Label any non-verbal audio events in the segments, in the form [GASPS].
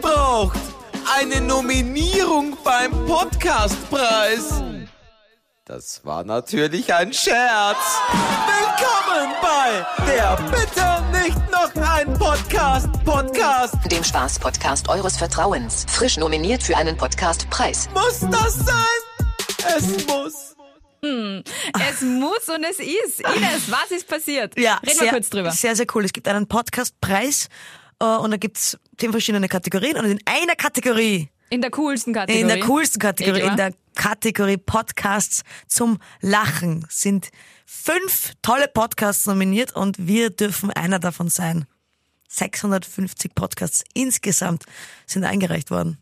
braucht eine Nominierung beim Podcastpreis. Das war natürlich ein Scherz. Willkommen bei der Bitte nicht noch ein Podcast Podcast. Dem Spaß-Podcast eures Vertrauens. Frisch nominiert für einen Podcastpreis. Muss das sein? Es muss. Es muss und es ist. Ines, was ist passiert? Ja, Reden sehr, wir kurz drüber. Sehr, sehr cool. Es gibt einen Podcastpreis äh, und da gibt's zehn verschiedene Kategorien und in einer Kategorie, In der coolsten Kategorie. in der coolsten Eh Kategorie, klar. in der Kategorie Podcasts zum Lachen sind fünf tolle Podcasts nominiert und wir dürfen einer davon sein. 650 Podcasts insgesamt sind eingereicht worden.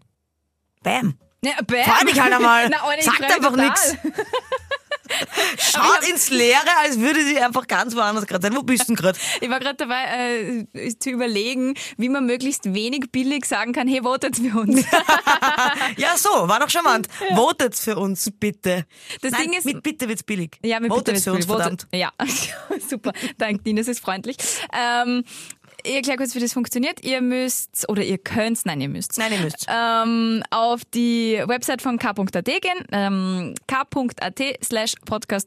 Bam. Ja, bam. Freu dich halt [LAUGHS] einmal. Na, Oine, ich Sagt freu mich einfach total. nichts. Schaut ins Leere, als würde sie einfach ganz woanders gerade sein. Wo bist du denn gerade? [LAUGHS] Ich war gerade dabei, äh, zu überlegen, wie man möglichst wenig billig sagen kann, hey, votet für uns. Ja, so, war doch charmant. Votet für uns, bitte. Das Nein, Ding ist- mit bitte wird's billig. [LAUGHS] Ja, mit Votet bitte für uns, verdammt. Ja, [LAUGHS] super. Danke, Nines ist freundlich. Ähm, ich erkläre kurz, wie das funktioniert. Ihr müsst, oder ihr könnt, nein, ihr müsst. Nein, ihr müsst. Ähm, auf die Website von k.at gehen, ähm, k.at slash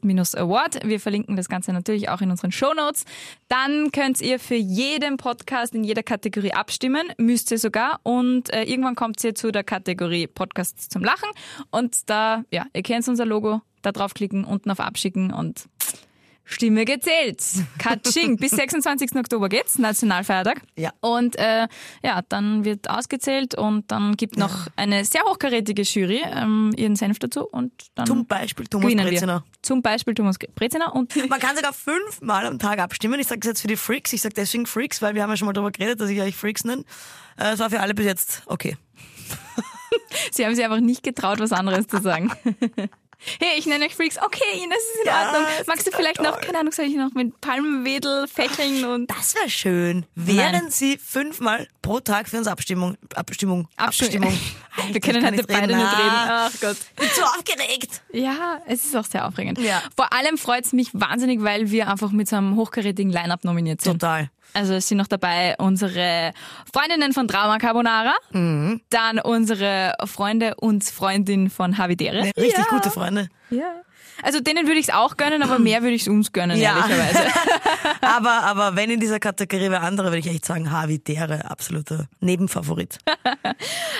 podcast-award. Wir verlinken das Ganze natürlich auch in unseren Shownotes. Dann könnt ihr für jeden Podcast in jeder Kategorie abstimmen, müsst ihr sogar. Und äh, irgendwann kommt ihr zu der Kategorie Podcasts zum Lachen. Und da, ja, ihr kennt unser Logo, da draufklicken, unten auf Abschicken und Stimme gezählt. Katsching. [LAUGHS] Bis 26. Oktober geht's, Nationalfeiertag. Ja. Und äh, ja, dann wird ausgezählt und dann gibt noch eine sehr hochkarätige Jury ähm, ihren Senf dazu und dann Zum Beispiel Thomas gewinnen Breziner. wir. Zum Beispiel Thomas Breziner und [LAUGHS] Man kann sogar fünfmal am Tag abstimmen. Ich sage das jetzt für die Freaks. Ich sage deswegen Freaks, weil wir haben ja schon mal darüber geredet, dass ich euch Freaks nenne. Äh, Es war für alle bis jetzt okay. sie haben sich einfach nicht getraut, was anderes zu sagen. [LAUGHS] Hey, ich nenne euch Freaks. Okay, Ines, ist in Ja, Ordnung. ist Magst du vielleicht noch, keine Ahnung, soll ich noch mit Palmenwedel fächeln und Das wäre schön. Wären Sie fünfmal pro Tag für uns Abstimmung, Abstimmung, [LAUGHS] Abstimmung. Alter, Wir ich können kann heute nicht reden. beide nicht reden. Ah, Ach Gott. Ich bin so aufgeregt. Ja, es ist auch sehr aufregend. Ja. Vor allem freut's mich wahnsinnig, weil wir einfach mit so einem hochkarätigen Line-Up nominiert sind. Total. Also es sind noch dabei unsere Freundinnen von Drama Carbonara, Mhm. dann unsere Freunde und Freundin von Havidere. Richtig gute Freunde. Ja. Also denen würde ich's auch gönnen, [CLEARS THROAT] aber mehr würde ich's uns gönnen, Ja. ehrlicherweise. [LAUGHS] Aber, aber wenn in dieser Kategorie wer andere, würde ich echt sagen, Harvey Dere, absoluter Nebenfavorit.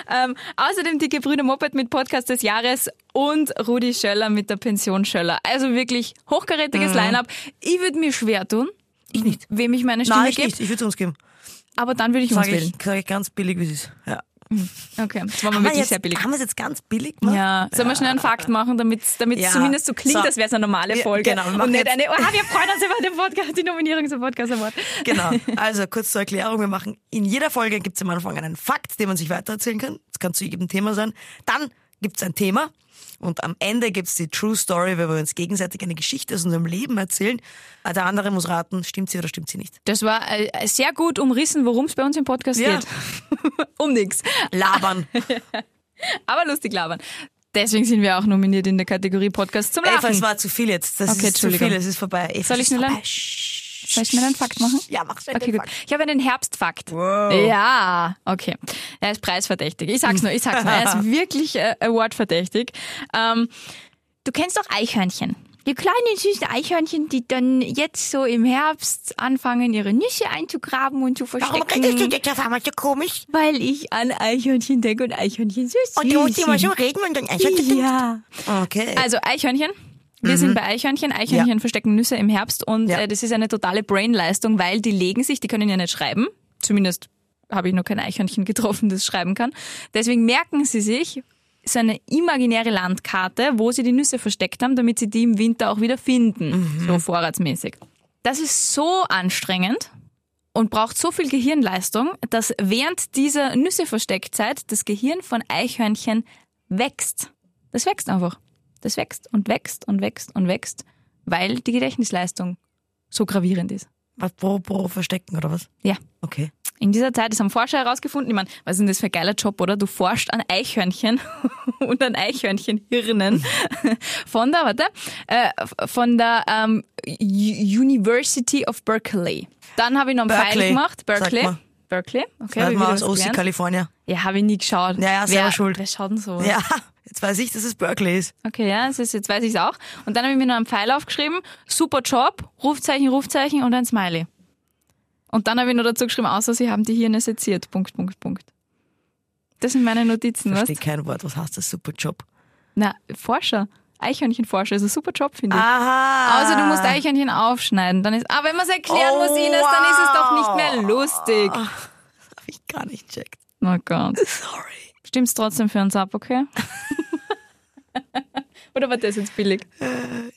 Ähm, außerdem die Gebrüder Moped mit Podcast des Jahres und Rudi Schöller mit der Pension Schöller. Also wirklich Mhm. hochkarätiges Line-up. Ich würde mir schwer tun. Ich nicht. Wem ich meine Stimme Nein, ich gebe, nicht. Ich würde es uns geben. aber dann würde ich uns Sag wählen. ich, sag ich ganz billig, wie es ist. Ja. Okay, das war mal Haben wir wirklich jetzt, sehr billig. Haben wir es jetzt ganz billig gemacht? Ja, sollen wir schnell einen Fakt machen, damit damit Ja. zumindest so klingt, So. als wäre es eine normale Wir- Folge genau, wir machen und nicht jetzt- eine, oh, wir freuen uns über den Podcast, die Nominierung zum Podcast Award. [LAUGHS] Genau. Also kurz zur Erklärung. Wir machen in jeder Folge gibt es am Anfang einen Fakt, den man sich weitererzählen kann. Das kann zu jedem Thema sein. Dann gibt es ein Thema und am Ende gibt es die True Story, wo wir uns gegenseitig eine Geschichte aus unserem Leben erzählen. Der andere muss raten, stimmt sie oder stimmt sie nicht. Das war äh, sehr gut umrissen, worum es bei uns im Podcast Ja. geht. [LAUGHS] um nix. Labern. aber lustig labern. Deswegen sind wir auch nominiert in der Kategorie Podcast zum Eva, Lachen. es war zu viel jetzt. Das Okay, ist zu Entschuldigung. viel, es ist vorbei. Eva, Soll ich es ist schnell vorbei. ein- Soll ich schnell einen Fakt machen? Ja, mach schnell Okay, den gut. Fakt. Ich habe einen Herbstfakt. Wow. Ja, okay. Er ist preisverdächtig. Ich sag's nur, ich sag's nur. Er [LAUGHS] ist wirklich äh, awardverdächtig. Ähm, du kennst doch Eichhörnchen. Die kleinen süßen Eichhörnchen, die dann jetzt so im Herbst anfangen, ihre Nüsse einzugraben und zu Warum redest du verstecken. jetzt auf einmal so komisch? Weil ich an Eichhörnchen denke und Eichhörnchen süß Und du musst sind. immer so reden und dann Ja. Okay. Also Eichhörnchen. Wir sind bei Eichhörnchen. Eichhörnchen verstecken Nüsse im Herbst und Ja. äh, das ist eine totale Brainleistung, weil die legen sich, die können ja nicht schreiben. Zumindest habe ich noch kein Eichhörnchen [LAUGHS] getroffen, das schreiben kann. Deswegen merken sie sich so eine imaginäre Landkarte, wo sie die Nüsse versteckt haben, damit sie die im Winter auch wieder finden, so vorratsmäßig. Das ist so anstrengend und braucht so viel Gehirnleistung, dass während dieser Nüsse Versteckzeit das Gehirn von Eichhörnchen wächst. Das wächst einfach. Das wächst und wächst und wächst und wächst, weil die Gedächtnisleistung so gravierend ist. Was pro, pro verstecken oder was? Ja. Okay. In dieser Zeit, das haben Forscher herausgefunden, ich meine, was ist denn das für ein geiler Job, oder? Du forschst an Eichhörnchen [LAUGHS] und an Eichhörnchenhirnen [LAUGHS] von der, warte, äh, von der ähm, U- University of Berkeley. Dann habe ich noch einen Pfeil Berkeley, gemacht, sagt Berkeley. man. Berkeley. Okay, hab Warte ich mal wieder aus was OC gelernt. California. Ja, habe ich nie geschaut. Ja, ja, selber wer, schuld. Wer schaut denn sowas? Ja, jetzt weiß ich, dass es Berkeley ist. Okay, ja, es ist, jetzt weiß ich es auch. Und dann habe ich mir noch einen Pfeil aufgeschrieben, super Job, Rufzeichen, Rufzeichen und ein Smiley. Und dann habe ich noch dazu geschrieben, außer sie haben die Hirne seziert. Punkt, Punkt, Punkt. Das sind meine Notizen, was? Verstehe kein Wort. Was heißt das? Super Job. Na, Forscher. Eichhörnchenforscher ist ein super Job, finde Ah. ich. Aha. Außer du musst Eichhörnchen aufschneiden. Dann ist, ah, wenn man es erklären Oh, muss, Ines, dann ist es doch nicht mehr wow. lustig. Hab ich gar nicht checkt. Oh Gott. Sorry. Stimmt's trotzdem für uns ab, [LAUGHS] okay? Oder war das jetzt billig?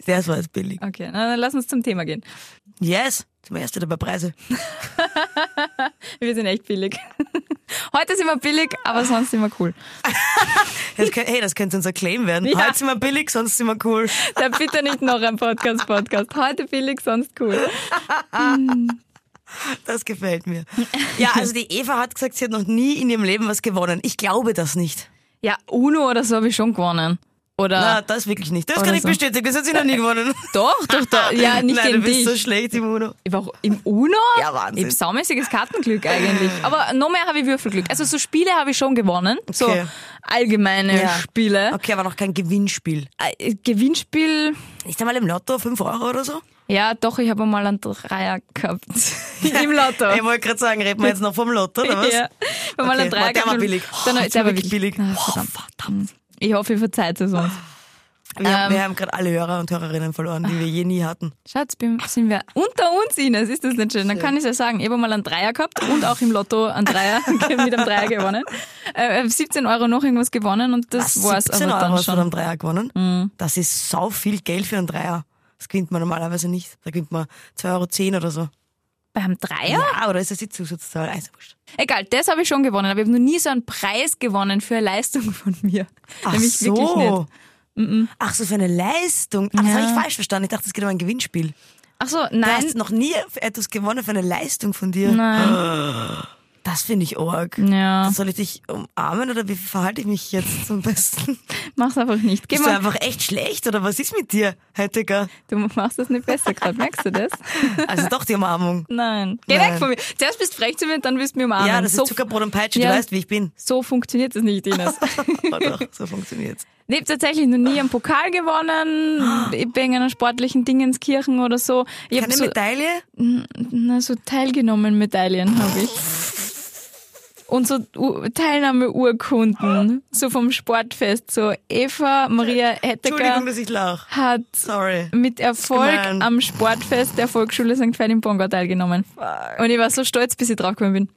Das war jetzt billig. Okay, na, dann lass uns zum Thema gehen. Yes. Zum ersten dabei Preise. Wir sind echt billig. [LAUGHS] Heute sind wir billig, aber sonst sind wir cool. Das kö- hey, das könnte unser Claim werden. Ja. Heute sind wir billig, sonst sind wir cool. Da bitte nicht noch ein Podcast-Podcast. Heute billig, sonst cool. Das [LAUGHS] gefällt mir. Ja, also die Eva hat gesagt, sie hat noch nie in ihrem Leben was gewonnen. Ich glaube das nicht. Ja, Uno oder so habe ich schon gewonnen. Oder Na, das wirklich nicht. Das Ah. Oder kann ich so. bestätigen, das hat sie noch nie gewonnen. doch, doch, doch. [LAUGHS] [LAUGHS] Ja, nicht Nein, gegen du bist dich. so schlecht im Uno. Ich war Im Uno? Ja, Wahnsinn. Ich habe saumäßiges Kartenglück eigentlich. Aber noch mehr habe ich Würfelglück. Also so Spiele habe ich schon gewonnen. So Okay. allgemeine Ja. Spiele. Okay, aber noch kein Gewinnspiel. Äh, Gewinnspiel. Nicht einmal im Lotto, 5 Euro oder so? Ja, doch, ich habe mal einen Dreier gehabt. [LAUGHS] Im Lotto. Ich wollte gerade sagen, reden wir jetzt noch vom Lotto, oder was? [LAUGHS] Ja. Wenn man Okay, einen Dreier der war gehabt- billig. Dann, Oh, der, der war war wirklich wirklich billig. Ah, Oh, verdammt. Ich hoffe, ihr verzeiht es uns. Wir, haben- Ähm. wir haben gerade alle Hörer und Hörerinnen verloren, die wir je nie hatten. Schatz, bin- sind wir unter uns, Ines? Ist das nicht schön? Dann kann ich es ja sagen. Ich habe mal einen Dreier gehabt und auch im Lotto einen Dreier, [LAUGHS] mit einem Dreier gewonnen. Äh, 17 Euro noch irgendwas gewonnen und das war's aber 17 Euro dann hast du schon. Mhm. am Dreier gewonnen. Das ist sau viel Geld für einen Dreier. Das gewinnt man normalerweise nicht. Da gewinnt man 2,10 Euro oder so. Beim Dreier? Ja, oder ist das die Zusatzzahl? Also, wurscht. Egal, das habe ich schon gewonnen, aber ich habe noch nie so einen Preis gewonnen für eine Leistung von mir. Ach Nämlich so. wirklich nicht. Mhm. Ach so, für eine Leistung. Ach, das habe ich falsch verstanden. Ich dachte, es geht um ein Gewinnspiel. Ach so, Du nein. hast noch nie etwas gewonnen für eine Leistung von dir. Nein. Das finde ich arg. Ja, Soll ich dich umarmen oder wie verhalte ich mich jetzt am besten? mach's einfach nicht. [LAUGHS] Geh Bist du mal. einfach echt schlecht oder was ist mit dir, Heutiger? Du machst das nicht besser gerade, merkst du das? Also doch die Umarmung. Nein. Geh Nein. weg von mir. Zuerst bist du frech zu mir, dann wirst du mir umarmen. Ja, das so, ist Zuckerbrot und Peitsche, Ja. du weißt, wie ich bin. so funktioniert es nicht, [LAUGHS] Ines. Oh, doch, [LAUGHS] so funktioniert's. ich habe tatsächlich noch nie einen Pokal gewonnen, wegen einer sportlichen Dingenskirchen oder so. Ich habe Keine so, Medaille? na, so teilgenommen Medaillen habe ich. Und so U- Teilnahmeurkunden, so vom Sportfest, so Eva Maria Entschuldigung, Hettecker dass ich lach. hat Sorry. mit Erfolg gemein. am Sportfest der Volksschule St. Veit in Bongau teilgenommen. Und ich war so stolz, bis ich draufgekommen bin.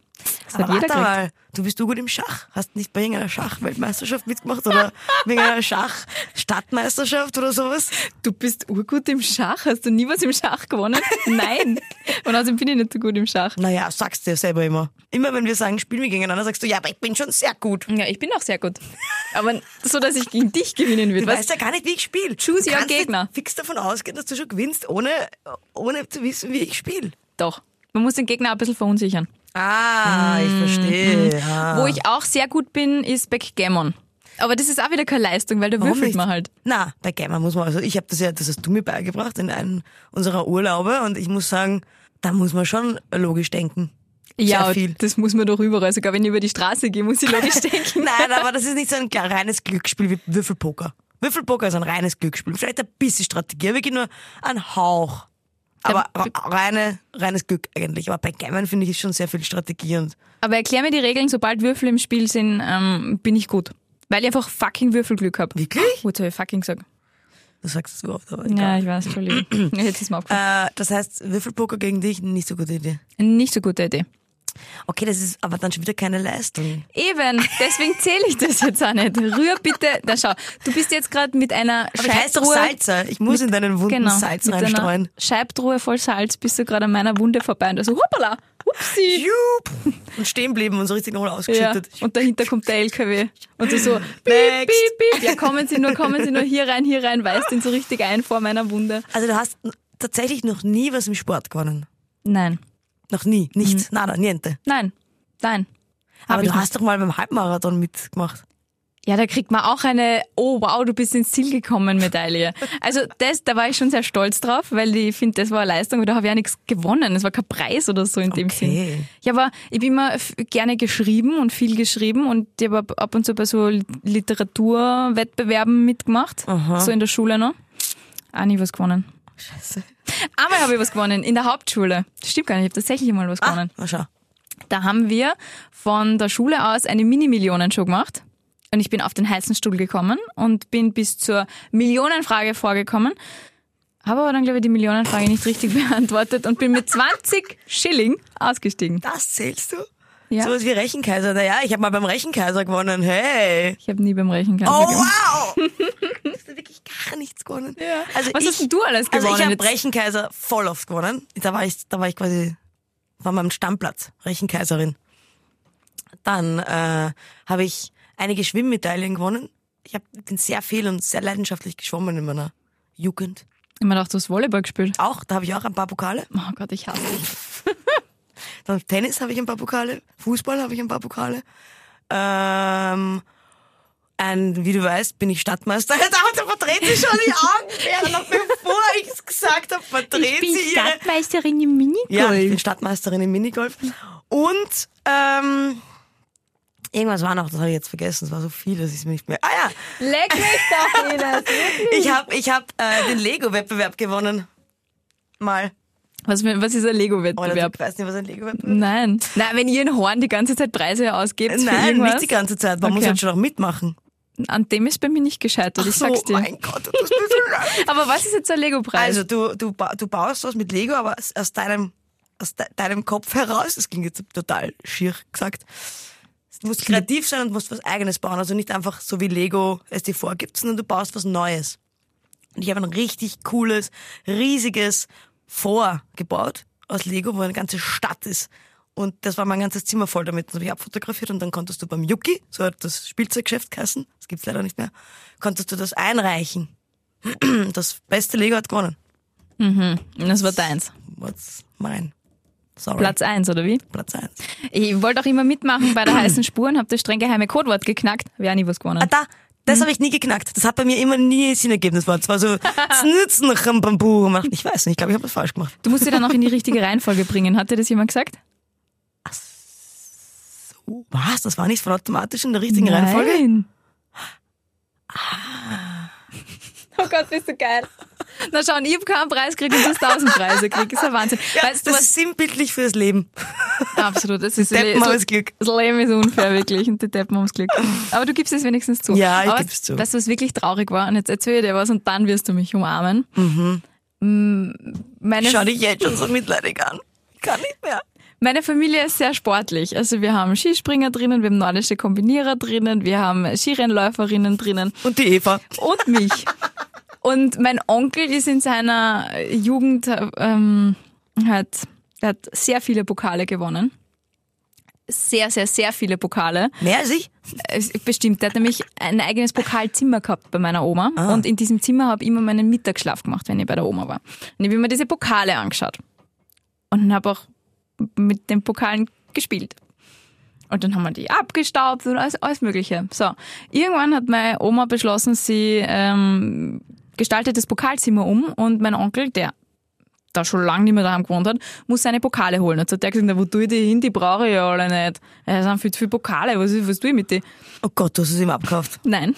Das hat Aber jeder warte gekriegt. mal, du bist du gut im Schach. Hast nicht bei irgendeiner Schachweltmeisterschaft [LAUGHS] mitgemacht oder wegen einer Schachstadtmeisterschaft oder sowas? Du bist urgut im Schach. Hast du nie was im Schach gewonnen? Nein. Und außerdem bin ich nicht so gut im Schach. Naja, sagst du ja selber immer. Immer wenn wir sagen, spielen wir gegeneinander, sagst du, ja, aber ich bin schon sehr gut. Ja, ich bin auch sehr gut. Aber so, dass ich gegen dich gewinnen würde. Du weißt weißt ja gar nicht, wie ich spiele. Choose du your kannst nicht Gegner. fix davon ausgehen, dass du schon gewinnst, ohne, ohne zu wissen, wie ich spiele. Doch. Man muss den Gegner ein bisschen verunsichern. Ah, ich verstehe. Wo ich auch sehr gut bin, ist Backgammon. Aber das ist auch wieder keine Leistung, weil da würfelt man halt. Na, bei Gamer muss man, also ich habe das ja, das hast du mir beigebracht in einem unserer Urlaube und ich muss sagen, da muss man schon logisch denken. Ja, [LAUGHS] Sehr viel. das muss man doch überall. Sogar wenn ich über die Straße gehe, muss ich [LAUGHS] logisch denken. Nein, aber das ist nicht so ein klar- reines Glücksspiel wie Würfelpoker. Würfelpoker ist ein reines Glücksspiel. Vielleicht ein bisschen Strategie, wirklich nur ein Hauch. Aber Ja, ra- reine, reines Glück eigentlich. Aber bei Gamern finde ich ist schon sehr viel Strategie und Aber erklär mir die Regeln, sobald Würfel im Spiel sind, ähm, bin ich gut. Weil ich einfach fucking Würfelglück habe. Wirklich? What habe ich fucking gesagt? du sagst es überhaupt, aber Ja, egal. ich weiß, Entschuldigung. [CLEARS THROAT] Jetzt ist mir aufgefallen. Äh, das heißt, Würfelpoker gegen dich, nicht so gute Idee. Nicht so gute Idee. Okay, das ist aber dann schon wieder keine Leistung. Eben, deswegen zähle ich das jetzt auch nicht. Rühr bitte, da schau, du bist jetzt gerade mit einer Aber ich heiße doch Scheibtruhe. Salzer. Ich muss in deinen Wunden genau, Salz mit einer reinstreuen. Scheibtruhe voll Salz bist du gerade an meiner Wunde vorbei und da so, hoppala, hupsi. Jupp. [LAUGHS] Und stehen bleiben und so richtig nochmal Ja, ausgeschüttet. und dahinter kommt der LKW. Und du so, piep, Next. piep, piep. Ja, kommen Sie nur, kommen Sie nur hier rein, hier rein, weißt ihn so richtig ein vor meiner Wunde. Also du hast n- tatsächlich noch nie was im Sport gewonnen. Nein, Noch nie. Nichts. Nada, niente. nein, nein. Mhm. Hab Aber ich du nicht. hast doch mal beim Halbmarathon mitgemacht. Ja, da kriegt man auch eine Oh wow, du bist ins Ziel gekommen Medaille. Also das, da war ich schon sehr stolz drauf, weil ich finde, das war eine Leistung, weil da habe ich ja nichts gewonnen. Es war kein Preis oder so in dem Okay. Sinn. Ja, aber ich bin immer f- gerne geschrieben und viel geschrieben und ich habe ab- ab und zu bei so Literaturwettbewerben mitgemacht, so in der Schule noch. Auch nie was gewonnen. Scheiße. Aber habe ich was gewonnen in der Hauptschule. Das stimmt gar nicht, ich habe tatsächlich mal was gewonnen. Na Ah, schau. Da haben wir von der Schule aus eine Mini-Millionen-Show gemacht. Und ich bin auf den heißen Stuhl gekommen und bin bis zur Millionenfrage vorgekommen. Habe aber dann, glaube ich, die Millionenfrage nicht richtig [LAUGHS] beantwortet und bin mit 20 Schilling ausgestiegen. Das zählst du? Ja. Sowas wie Rechenkaiser. Naja, ich habe mal beim Rechenkaiser gewonnen. Hey. Ich habe nie beim Rechen [LAUGHS] Oh, gehabt. wow! Hast du wirklich gar nichts gewonnen? Ja. Also Was ich, hast denn du alles Also ich gewonnen habe jetzt? Rechenkaiser voll oft gewonnen. Da war ich, da war ich quasi, war mein Stammplatz, Rechenkaiserin. Dann äh, habe ich einige Schwimmmedaillen gewonnen. Ich hab, bin sehr viel und sehr leidenschaftlich geschwommen in meiner Jugend. Ich habe mir gedacht, du hast Volleyball gespielt. Auch, da habe ich auch ein paar Pokale. Oh Gott, ich hasse dich. Dann Tennis habe ich ein paar Pokale, Fußball habe ich ein paar Pokale. Ähm, und wie du weißt, bin ich Stadtmeister. [LAUGHS] Da verdreht sie schon die Augen, noch bevor ich es gesagt habe, verdreht sie ihre... Stadtmeisterin im Minigolf. Ja, ich bin Stadtmeisterin im Minigolf. Und ähm, irgendwas war noch, das habe ich jetzt vergessen. Es war so viel, dass ich es mir nicht mehr... Ah ja, Leck mich doch, [LAUGHS] Ines. ich habe ich hab, äh, den Lego-Wettbewerb gewonnen. Mal. Oh, Was, für- was ist ein Oder Lego-Wettbewerb? du weißt nicht, was ein Lego-Wettbewerb ist. Nein. Nein, wenn ihr in Horn die ganze Zeit Preise ausgebt für Nein, irgendwas, nicht die ganze Zeit. Man muss Okay. halt schon auch mitmachen. Oh an dem ist bei mir nicht gescheitert, ich sag's dir. mein Gott, du tust mir so leid. Aber was ist jetzt ein Lego-Preis? Also du, du, ba- du baust was mit Lego, aber aus- aus deinem, aus de deinem Kopf heraus, das klingt jetzt total schier gesagt, du musst kreativ sein und musst was eigenes bauen. Also nicht einfach so wie Lego es dir vorgibt, sondern du baust was Neues. Und ich habe ein richtig cooles, riesiges Vor gebaut aus Lego, wo eine ganze Stadt ist. Und das war mein ganzes Zimmer voll damit. Das habe ich abfotografiert und dann konntest du beim Yuki, so hat das Spielzeuggeschäft geheißen, das gibt's leider nicht mehr, konntest du das einreichen. Das beste Lego hat gewonnen. das war deins. What's mein? Sorry. Platz eins oder wie? Platz 1. Ich wollte auch immer mitmachen [CLEARS THROAT] bei der heißen Spur und habe das streng geheime Codewort geknackt. Wäre nie was gewonnen. Ah, Da, das habe ich nie geknackt. Das hat bei mir immer nie Sinn ergeben. Das war [LAUGHS] zwar so Snitzen am Bambu. Und man dachte, Ich weiß nicht, ich glaube, ich habe das falsch gemacht. Du musst sie dann auch in die richtige Reihenfolge bringen. Hat dir das jemand gesagt? Oh, Was? Das war nicht von automatisch in der richtigen Reihenfolge? Nein. Oh Gott, bist du geil. Na schau, und ich habe keinen Preis gekriegt und du hast 1000 Preise gekriegt. Ist ja Wahnsinn. weißt du das was? ist sinnbildlich fürs Leben. Absolut. Das ist Deppen haben das Glück. Das Leben ist [LAUGHS] unfair, wirklich. Und die Deppen haben Glück. Aber du gibst es wenigstens zu. Ja, ich Aber geb's zu. Weißt du, was wirklich traurig war? Und jetzt erzähl ich dir was und dann wirst du mich umarmen. Mhm. Meine, Schau dich jetzt schon so mitleidig an. Ich kann nicht mehr. meine Familie ist sehr sportlich. Also wir haben Skispringer drinnen, wir haben nordische Kombinierer drinnen, wir haben Skirennläuferinnen drinnen Und die Eva. und [LAUGHS] mich. Und mein Onkel ist in seiner Jugend, ähm, hat, hat sehr viele Pokale gewonnen. Sehr, sehr, sehr viele Pokale. Mehr als ich? Es- Bestimmt. Der hat nämlich ein eigenes Pokalzimmer gehabt bei meiner Oma. Und in diesem Zimmer habe ich immer meinen Mittagsschlaf gemacht, wenn ich bei der Oma war. Und ich habe mir diese Pokale angeschaut. Und habe auch mit den Pokalen gespielt. Und dann haben wir die abgestaubt und alles, alles Mögliche. So, irgendwann hat meine Oma beschlossen, sie ähm, gestaltet das Pokalzimmer um und mein Onkel, der da schon lange nicht mehr daheim gewohnt hat, muss seine Pokale holen. Jetzt hat der gesagt, na, wo tue ich die hin? Die brauche ich ja alle nicht. Es sind viel zu viele Pokale, was, was tue ich mit die? Oh Gott, du hast es ihm abgekauft. [LAUGHS] Nein.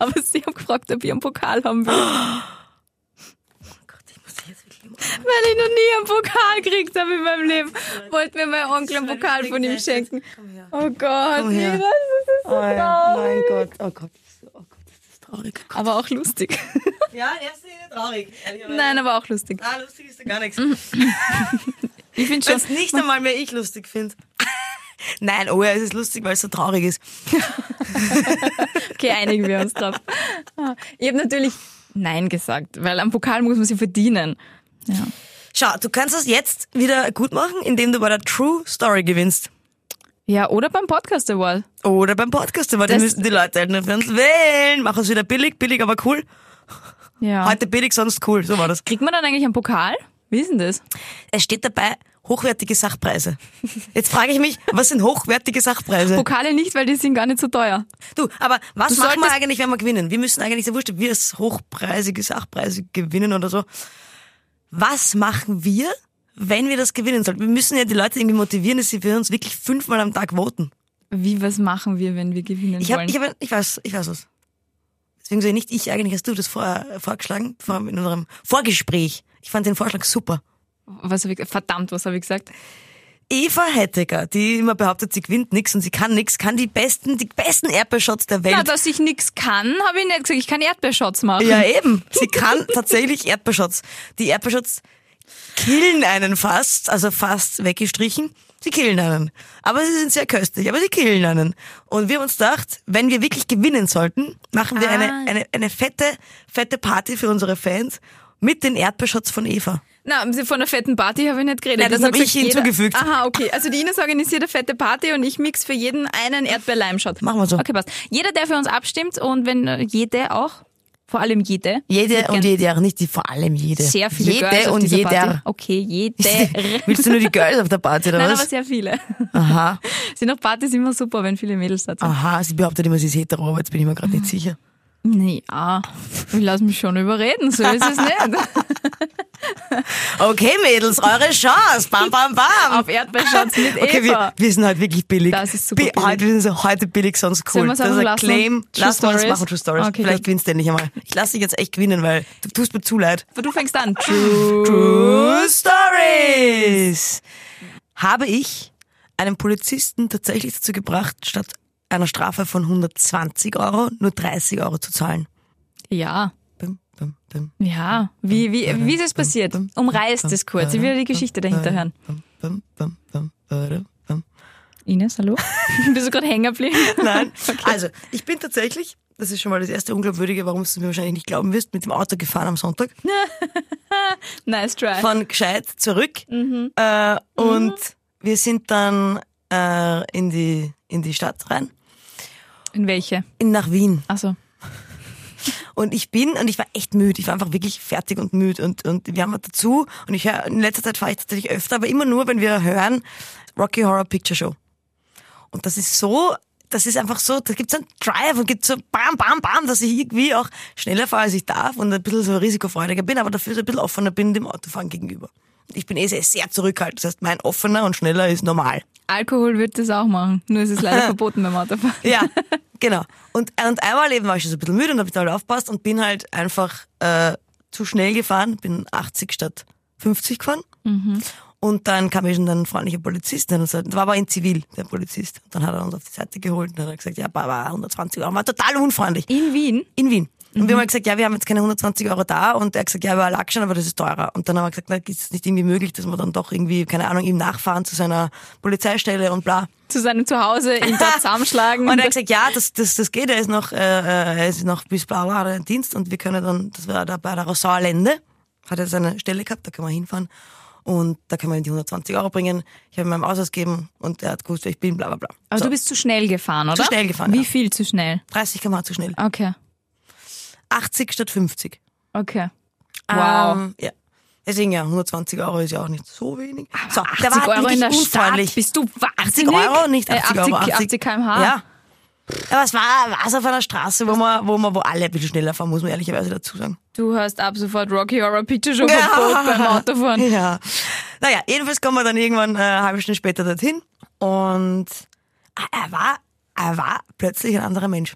Aber sie haben gefragt, ob ich einen Pokal haben will, Gott, ich muss jetzt wirklich weil ich noch nie einen Pokal gekriegt habe in meinem Leben. Wollte mir mein Onkel einen Pokal von ihm schenken. Oh Gott, Komm her. Ines, das ist so Oh ja, traurig. mein Gott, oh Gott, das ist- oh Gott, das ist traurig. Aber auch lustig. [LAUGHS] Ja, erst ist traurig. ehrlicherweise. Nein, aber auch lustig. Ah, lustig ist ja gar nichts. Ich finde Wenn schon. es nicht einmal mehr ich lustig finde. [LAUGHS] Nein, oh ja, es ist lustig, weil es so traurig ist. Okay, einigen wir uns [LAUGHS] drauf. Ah, Ich habe natürlich Nein gesagt, weil am Pokal muss man sie verdienen. Ja. Schau, du kannst das jetzt wieder gut machen, indem du bei der True Story gewinnst. ja, oder beim Podcast Award. Oder beim Podcast, weil dann Das- müssen die Leute halt nur für uns wählen. Mach es wieder billig, billig, aber cool. Ja. Ah. Heute billig, sonst cool. So war das. Kriegt man dann eigentlich einen Pokal? Wie ist denn das? Es steht dabei hochwertige Sachpreise. Jetzt frage ich mich, was sind hochwertige Sachpreise? Pokale nicht, weil die sind gar nicht so teuer. Du, aber was Du machen wir solltest- eigentlich, wenn wir gewinnen? Wir müssen eigentlich, sehr wurscht, ob wir es hochpreisige Sachpreise gewinnen oder so. Was machen wir, wenn wir das gewinnen sollten? Wir müssen ja die Leute irgendwie motivieren, dass sie für uns wirklich fünfmal am Tag voten. Wie, was machen wir, wenn wir gewinnen Ich, hab, wollen? ich, hab, ich weiß, ich weiß was. Deswegen soll nicht ich eigentlich, hast du das vor, vorgeschlagen, vor, in unserem Vorgespräch. Ich fand den Vorschlag super. was hab ich, verdammt, was habe ich gesagt? Eva Hettecker, die immer behauptet, sie gewinnt nichts und sie kann nichts, kann die besten, die besten Erdbeershots der Welt. Na, dass ich nichts kann, habe ich nicht gesagt. Ich kann Erdbeershots machen. Ja, eben. Sie kann tatsächlich Erdbeershots. Die Erdbeershots killen einen fast, also fast weggestrichen. Sie killen einen. Aber sie sind sehr köstlich, aber sie killen einen. Und wir haben uns gedacht, wenn wir wirklich gewinnen sollten, machen wir eine, eine, eine fette, fette Party für unsere Fans mit den Erdbeershots von Eva. Na, von einer fetten Party habe ich nicht geredet. Nein, das habe hab ich hinzugefügt. Jeder, aha, okay. Also die Ines organisiert eine fette Party und ich mix für jeden einen Erdbeerleimshot. Machen wir so. Okay, passt. Jeder, der für uns abstimmt und wenn äh, jede auch, vor allem jede. Ich Jede würd und gern jede, auch nicht die, vor allem jede. Sehr viele jede Girls auf und dieser jeder. Party. Okay, [LAUGHS] jede. Willst du nur die Girls auf der Party [LAUGHS] oder Nein, aber was? sehr viele. [LAUGHS] Aha, Sind auf Partys immer super, wenn viele Mädels da sind. aha. Sie behauptet immer, sie ist hetero, aber jetzt bin ich mir gerade nicht sicher. Nee, ah, ich lasse mich schon überreden, so ist es nicht. [LAUGHS] Okay, Mädels, eure Chance. Bam, bam, bam. auf Erdbeershots mit Eva. Okay, wir, wir sind heute wirklich billig. Das ist super Bi- billig. Heute, wir sind so heute billig, sonst cool. Sollen wir's das ist einfach ein lassen? Claim. True Lass mal das Stories? machen, True Stories. Okay, Vielleicht gut. gewinnst du endlich einmal. Ich lasse dich jetzt echt gewinnen, weil du tust mir zu leid. du fängst [LAUGHS] an. True. True Stories. Habe ich einen Polizisten tatsächlich dazu gebracht, statt einer Strafe von 120 Euro nur 30 Euro zu zahlen. Ja. Bim, bim, bim, Ja, wie, wie, wie ist es passiert? Umreißt es kurz. Ich will die Geschichte dahinter hören. bim, bim, bim, bim, bim, bim. Ines, hallo? [LAUGHS] Bist du gerade hängen [LAUGHS] geblieben? Nein. Also, ich bin tatsächlich, das ist schon mal das erste Unglaubwürdige, warum du mir wahrscheinlich nicht glauben wirst, mit dem Auto gefahren am Sonntag. Nice try. Von Gescheit zurück. Äh, und wir sind dann äh, in, die, in die Stadt rein, In welche? in, nach Wien. Also Und ich bin, und ich war echt müde, ich war einfach wirklich fertig und müde. Und, und wir haben halt dazu, und ich höre, in letzter Zeit fahre ich tatsächlich öfter, aber immer nur, wenn wir hören, Rocky Horror Picture Show. Und das ist so, das ist einfach so, da gibt's einen Drive und gibt's so bam, bam, bam, dass ich irgendwie auch schneller fahre, als ich darf und ein bisschen so risikofreudiger bin, aber dafür so ein bisschen offener bin dem Autofahren gegenüber. Ich bin eh sehr, sehr zurückhaltend. Das heißt, mein offener und schneller ist normal. Alkohol wird das auch machen. Nur ist es [LAUGHS] leider verboten beim Autofahren. Ja, genau. Und, und einmal eben war ich schon so ein bisschen müde und habe total aufgepasst und bin halt einfach äh, zu schnell gefahren, bin 80 statt 50 gefahren. Und dann kam mir schon ein freundlicher Polizist, der uns- das war aber in Zivil, der Polizist. Und dann hat er uns auf die Seite geholt und dann hat er gesagt, ja, Baba, 120 Euro, war total unfreundlich. In Wien? In Wien. Und wir haben halt gesagt, ja, wir haben jetzt keine 120 Euro da. Und er hat gesagt, ja, aber lag schon, aber das ist teurer. Und dann haben wir gesagt, na, ist es nicht irgendwie möglich, dass wir dann doch irgendwie, keine Ahnung, ihm nachfahren zu seiner Polizeistelle und bla. Zu seinem Zuhause, [LAUGHS] ihn dort zusammenschlagen. Und er hat gesagt, ja, das, das, das geht, er ist noch, äh, äh, er ist noch bis Blauer hat er einen Dienst und wir können dann, das war da bei der Rosauer Lende, hat er seine Stelle gehabt, da kann man hinfahren und da kann man ihm die 120 Euro bringen. Ich habe ihm meinen Ausweis gegeben und er hat gewusst, wer ich bin, bla bla bla. Aber so, du bist zu schnell gefahren, oder? Zu schnell gefahren, Wie ja. viel zu schnell? 30 km zu schnell. Okay. 80 statt 50. Okay. Wow. Ähm, ja. Deswegen ja, 120 Euro ist ja auch nicht so wenig. So, 80 der war halt Euro in der wirklich Stadt. unfreundlich. Bist du wahnsinnig? 80 Euro, nicht 80 äh, Euro. 80, 80 km/h. Ja. Aber es war was auf einer Straße, wo man, wo man, wo alle ein bisschen schneller fahren, muss man ehrlicherweise dazu sagen. Du hast ab sofort Rocky Horror Picture Show Verbot [LAUGHS] beim [LAUGHS] Autofahren. Ja. Naja, jedenfalls kommen wir dann irgendwann äh, eine halbe Stunde später dorthin und ah, er war, er war plötzlich ein anderer Mensch.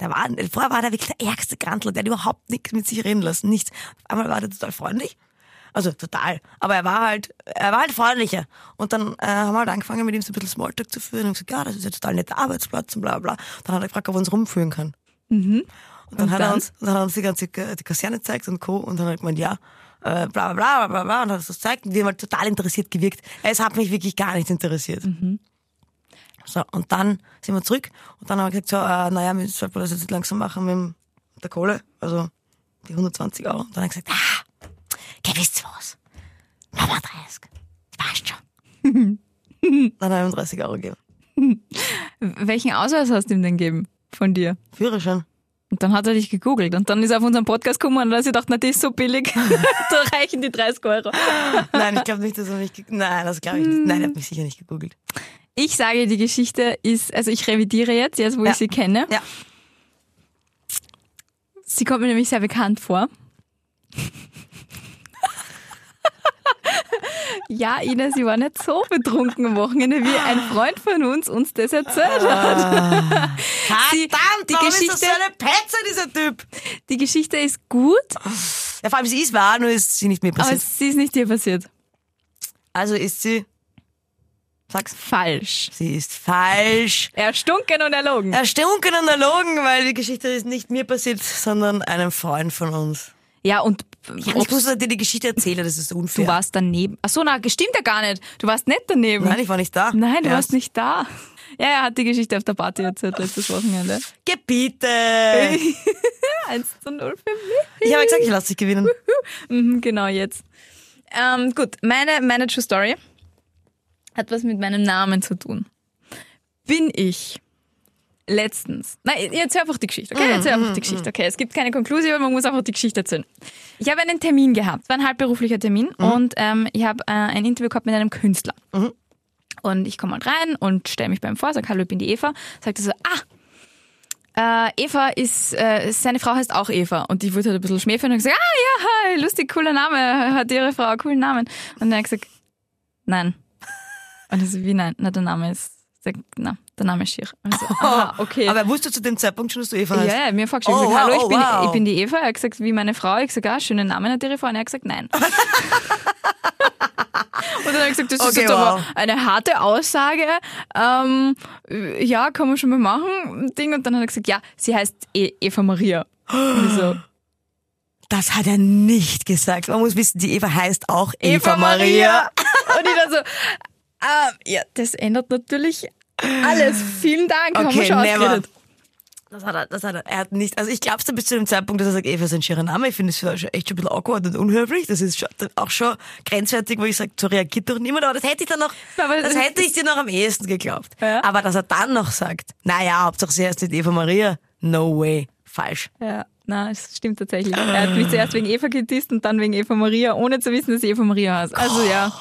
Der war, vorher war der wirklich der ärgste Grantler, der hat überhaupt nichts mit sich reden lassen, nichts. Auf einmal war der total freundlich. Also total. Aber er war halt, er war halt freundlicher. Und dann äh, haben wir halt angefangen, mit ihm so ein bisschen Smalltalk zu führen und gesagt, ja, das ist ja total netter Arbeitsplatz und bla bla. Dann hat er gefragt, ob er uns rumführen kann. Und dann, Mhm. Und hat dann? Er uns, dann hat er uns die ganze die Kaserne gezeigt und Co. Und dann hat man ja, äh, bla bla bla bla bla und hat es uns gezeigt. Und wir haben halt total interessiert gewirkt. Es hat mich wirklich gar nicht interessiert. Mhm. So, und dann sind wir zurück und dann haben wir gesagt, so, äh, naja, wir sollten das jetzt langsam machen mit dem- der Kohle, also die 120 Euro. Und dann hat er gesagt, ah, gewiss was. Nummer 30. Passt schon. [LAUGHS] dann hat er ihm 30 Euro gegeben. Welchen Ausweis hast du ihm denn gegeben von dir? [LAUGHS] Führerschein. Und dann hat er dich gegoogelt und dann ist er auf unseren Podcast gekommen und dann hat er gedacht, na, die ist so [LAUGHS] billig, da reichen die 30 Euro. Nein, ich glaube nicht, dass er mich. ge- Nein, das glaube ich nicht. Nein, er hat mich sicher nicht gegoogelt. Ich sage, die Geschichte ist, also ich revidiere jetzt, jetzt wo Ja. ich sie kenne. Ja. Sie kommt mir nämlich sehr bekannt [LAUGHS] vor. ja, Ina, sie war nicht so betrunken am Wochenende, wie ein Freund von uns uns das erzählt hat. Die- Verdammt, die warum ist das Geschichte- so eine Petze, dieser Typ? Die Geschichte ist gut, Ja, vor allem, sie ist wahr, nur ist sie nicht mir aber passiert. sie ist nicht dir passiert. Also ist sie. Sag's. Falsch. Sie ist falsch. Erstunken und erlogen. Erstunken und erlogen, weil die Geschichte ist nicht mir passiert, sondern einem Freund von uns. Ja, und Ich ob's- muss dir die Geschichte erzählen, das ist du unfair. warst daneben. Ach so, na, stimmt ja gar nicht. Du warst nicht daneben. Nein, ich war nicht da. Nein, du Ja. warst nicht da. Ja, er hat die Geschichte auf der Party erzählt letztes Wochenende. [LAUGHS] Gebiete! 1 zu 0 für mich. Ich habe gesagt, ich lasse dich gewinnen. Mhm, [LAUGHS] genau jetzt. Ähm, gut, meine, meine True Story hat was mit meinem Namen zu tun. Bin ich letztens. Nein, jetzt hör einfach die Geschichte, okay? Jetzt hör einfach die Geschichte, okay? Es gibt keine Konklusion, man muss einfach die Geschichte erzählen. Ich habe einen Termin gehabt, war ein halbberuflicher Termin und ähm, ich habe äh, ein Interview gehabt mit einem Künstler. Und ich komme halt rein und stelle mich beim vor, sage, hallo, ich bin die Eva. Sagt er so, ah, äh, Eva ist, äh, seine Frau heißt auch Eva. Und ich wurde halt ein bisschen schmähfällig und hab gesagt, ah ja, hi, lustig, cooler Name, hat ihre Frau einen coolen Namen. Und dann hab ich gesagt, nein. Und ich so, wie nein? Na, der Name ist, sag, na, der Name ist schier. Also, aha, okay. Aber er wusste zu dem Zeitpunkt schon, dass du Eva heißt. ja, ja, mir vorgestellt. Oh, ich sag, hallo, wow, ich bin, oh, wow. ich bin die Eva. Er hat gesagt, wie meine Frau. Ich sag, ah, schönen Namen hat ihre Frau. Und er hat gesagt, [LAUGHS] nein. Und dann habe ich gesagt, das ist Okay, jetzt aber wow. eine harte Aussage. Ähm, ja, kann man schon mal machen. Ding. Und dann hat er gesagt, ja, sie heißt e Eva Maria. Und ich so, Das hat er nicht gesagt. Man muss wissen, die Eva heißt auch [GASPS] Eva, Eva Maria. [LAUGHS] Maria. Und ich dann so, ah, ja, das ändert natürlich alles. Vielen Dank. haben wir Okay, schon never. ausgeredet. Das hat er, das hat er. Er hat nicht, also ich glaub's dann bis zu dem Zeitpunkt, dass er sagt, Eva ist ein schierer Name. Ich finde es schon- echt schon ein bisschen awkward und unhöflich. Das ist schon, dann auch schon grenzwertig, wo ich sage, so reagiert doch niemand. Aber das hätte ich dann noch, Aber das das- hätte ich dir noch am ehesten geglaubt. Ja. Aber dass er dann noch sagt, naja, Hauptsache sie heißt nicht Eva Maria. No way. Falsch. Ja, na, es stimmt tatsächlich. Er hat mich zuerst wegen Eva gedisst und dann wegen Eva Maria, ohne zu wissen, dass sie Eva Maria heißt. Also ja.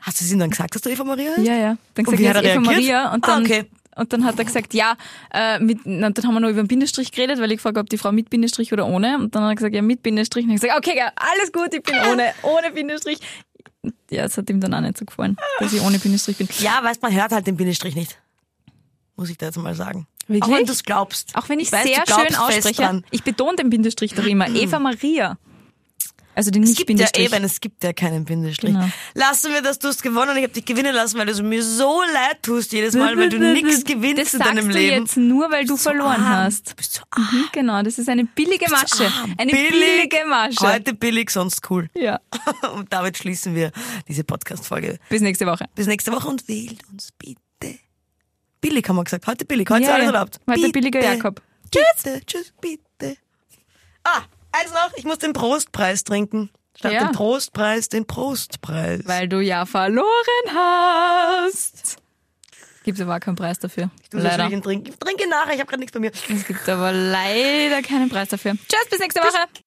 Hast du es ihm dann gesagt, dass du Eva Maria heißt? Ja, ja. Dann Oh. Und gesagt, wie ja, hat es er ist Eva reagiert? Maria und Ah, dann. okay. Und dann hat er gesagt, ja, äh, mit, na, dann haben wir noch über den Bindestrich geredet, weil ich gefragt habe, ob die Frau mit Bindestrich oder ohne. Und dann hat er gesagt, ja, mit Bindestrich. Und dann hab ich gesagt, okay, ja, alles gut, ich bin ohne, ohne Bindestrich. Ja, es hat ihm dann auch nicht so gefallen, dass ich ohne Bindestrich bin. Ja, weißt man hört halt den Bindestrich nicht. Muss ich da jetzt mal sagen. Wirklich? Auch wenn du es glaubst. Auch wenn ich weiß, sehr du glaubst schön fest ausspreche. dran. Mhm. Ich betone den Bindestrich doch immer. Eva Maria. Also den Es gibt ja Nicht-Bindestrich. eben, es gibt ja keinen Bindestrich. Genau. Lassen wir das, du hast gewonnen und ich habe dich gewinnen lassen, weil du es mir so leid tust jedes Mal, weil du nichts gewinnst das in deinem sagst du Leben. jetzt nur, weil du verloren arm. hast. Du bist so Mhm, genau, das ist eine billige Masche. Eine billige Masche. Heute billig, sonst cool. [LAUGHS] Ja. Und damit schließen wir diese Podcast-Folge. Bis nächste Woche. Bis nächste Woche und wählt uns bitte. Billig haben wir gesagt. Heute billig. Heute Ja, ist alles ja. erlaubt. Heute bitte, billiger Jakob. Bitte, tschüss, bitte. Ah, eins noch. Ich muss den Prostpreis trinken. Statt Ja. den Prostpreis, den Prostpreis. Weil du ja verloren hast. Gibt aber auch keinen Preis dafür. du sollst leider. nicht ihn trinken. Ich trinke nachher. Ich habe gerade nichts bei mir. Es gibt aber leider keinen Preis dafür. Tschüss, bis nächste Woche.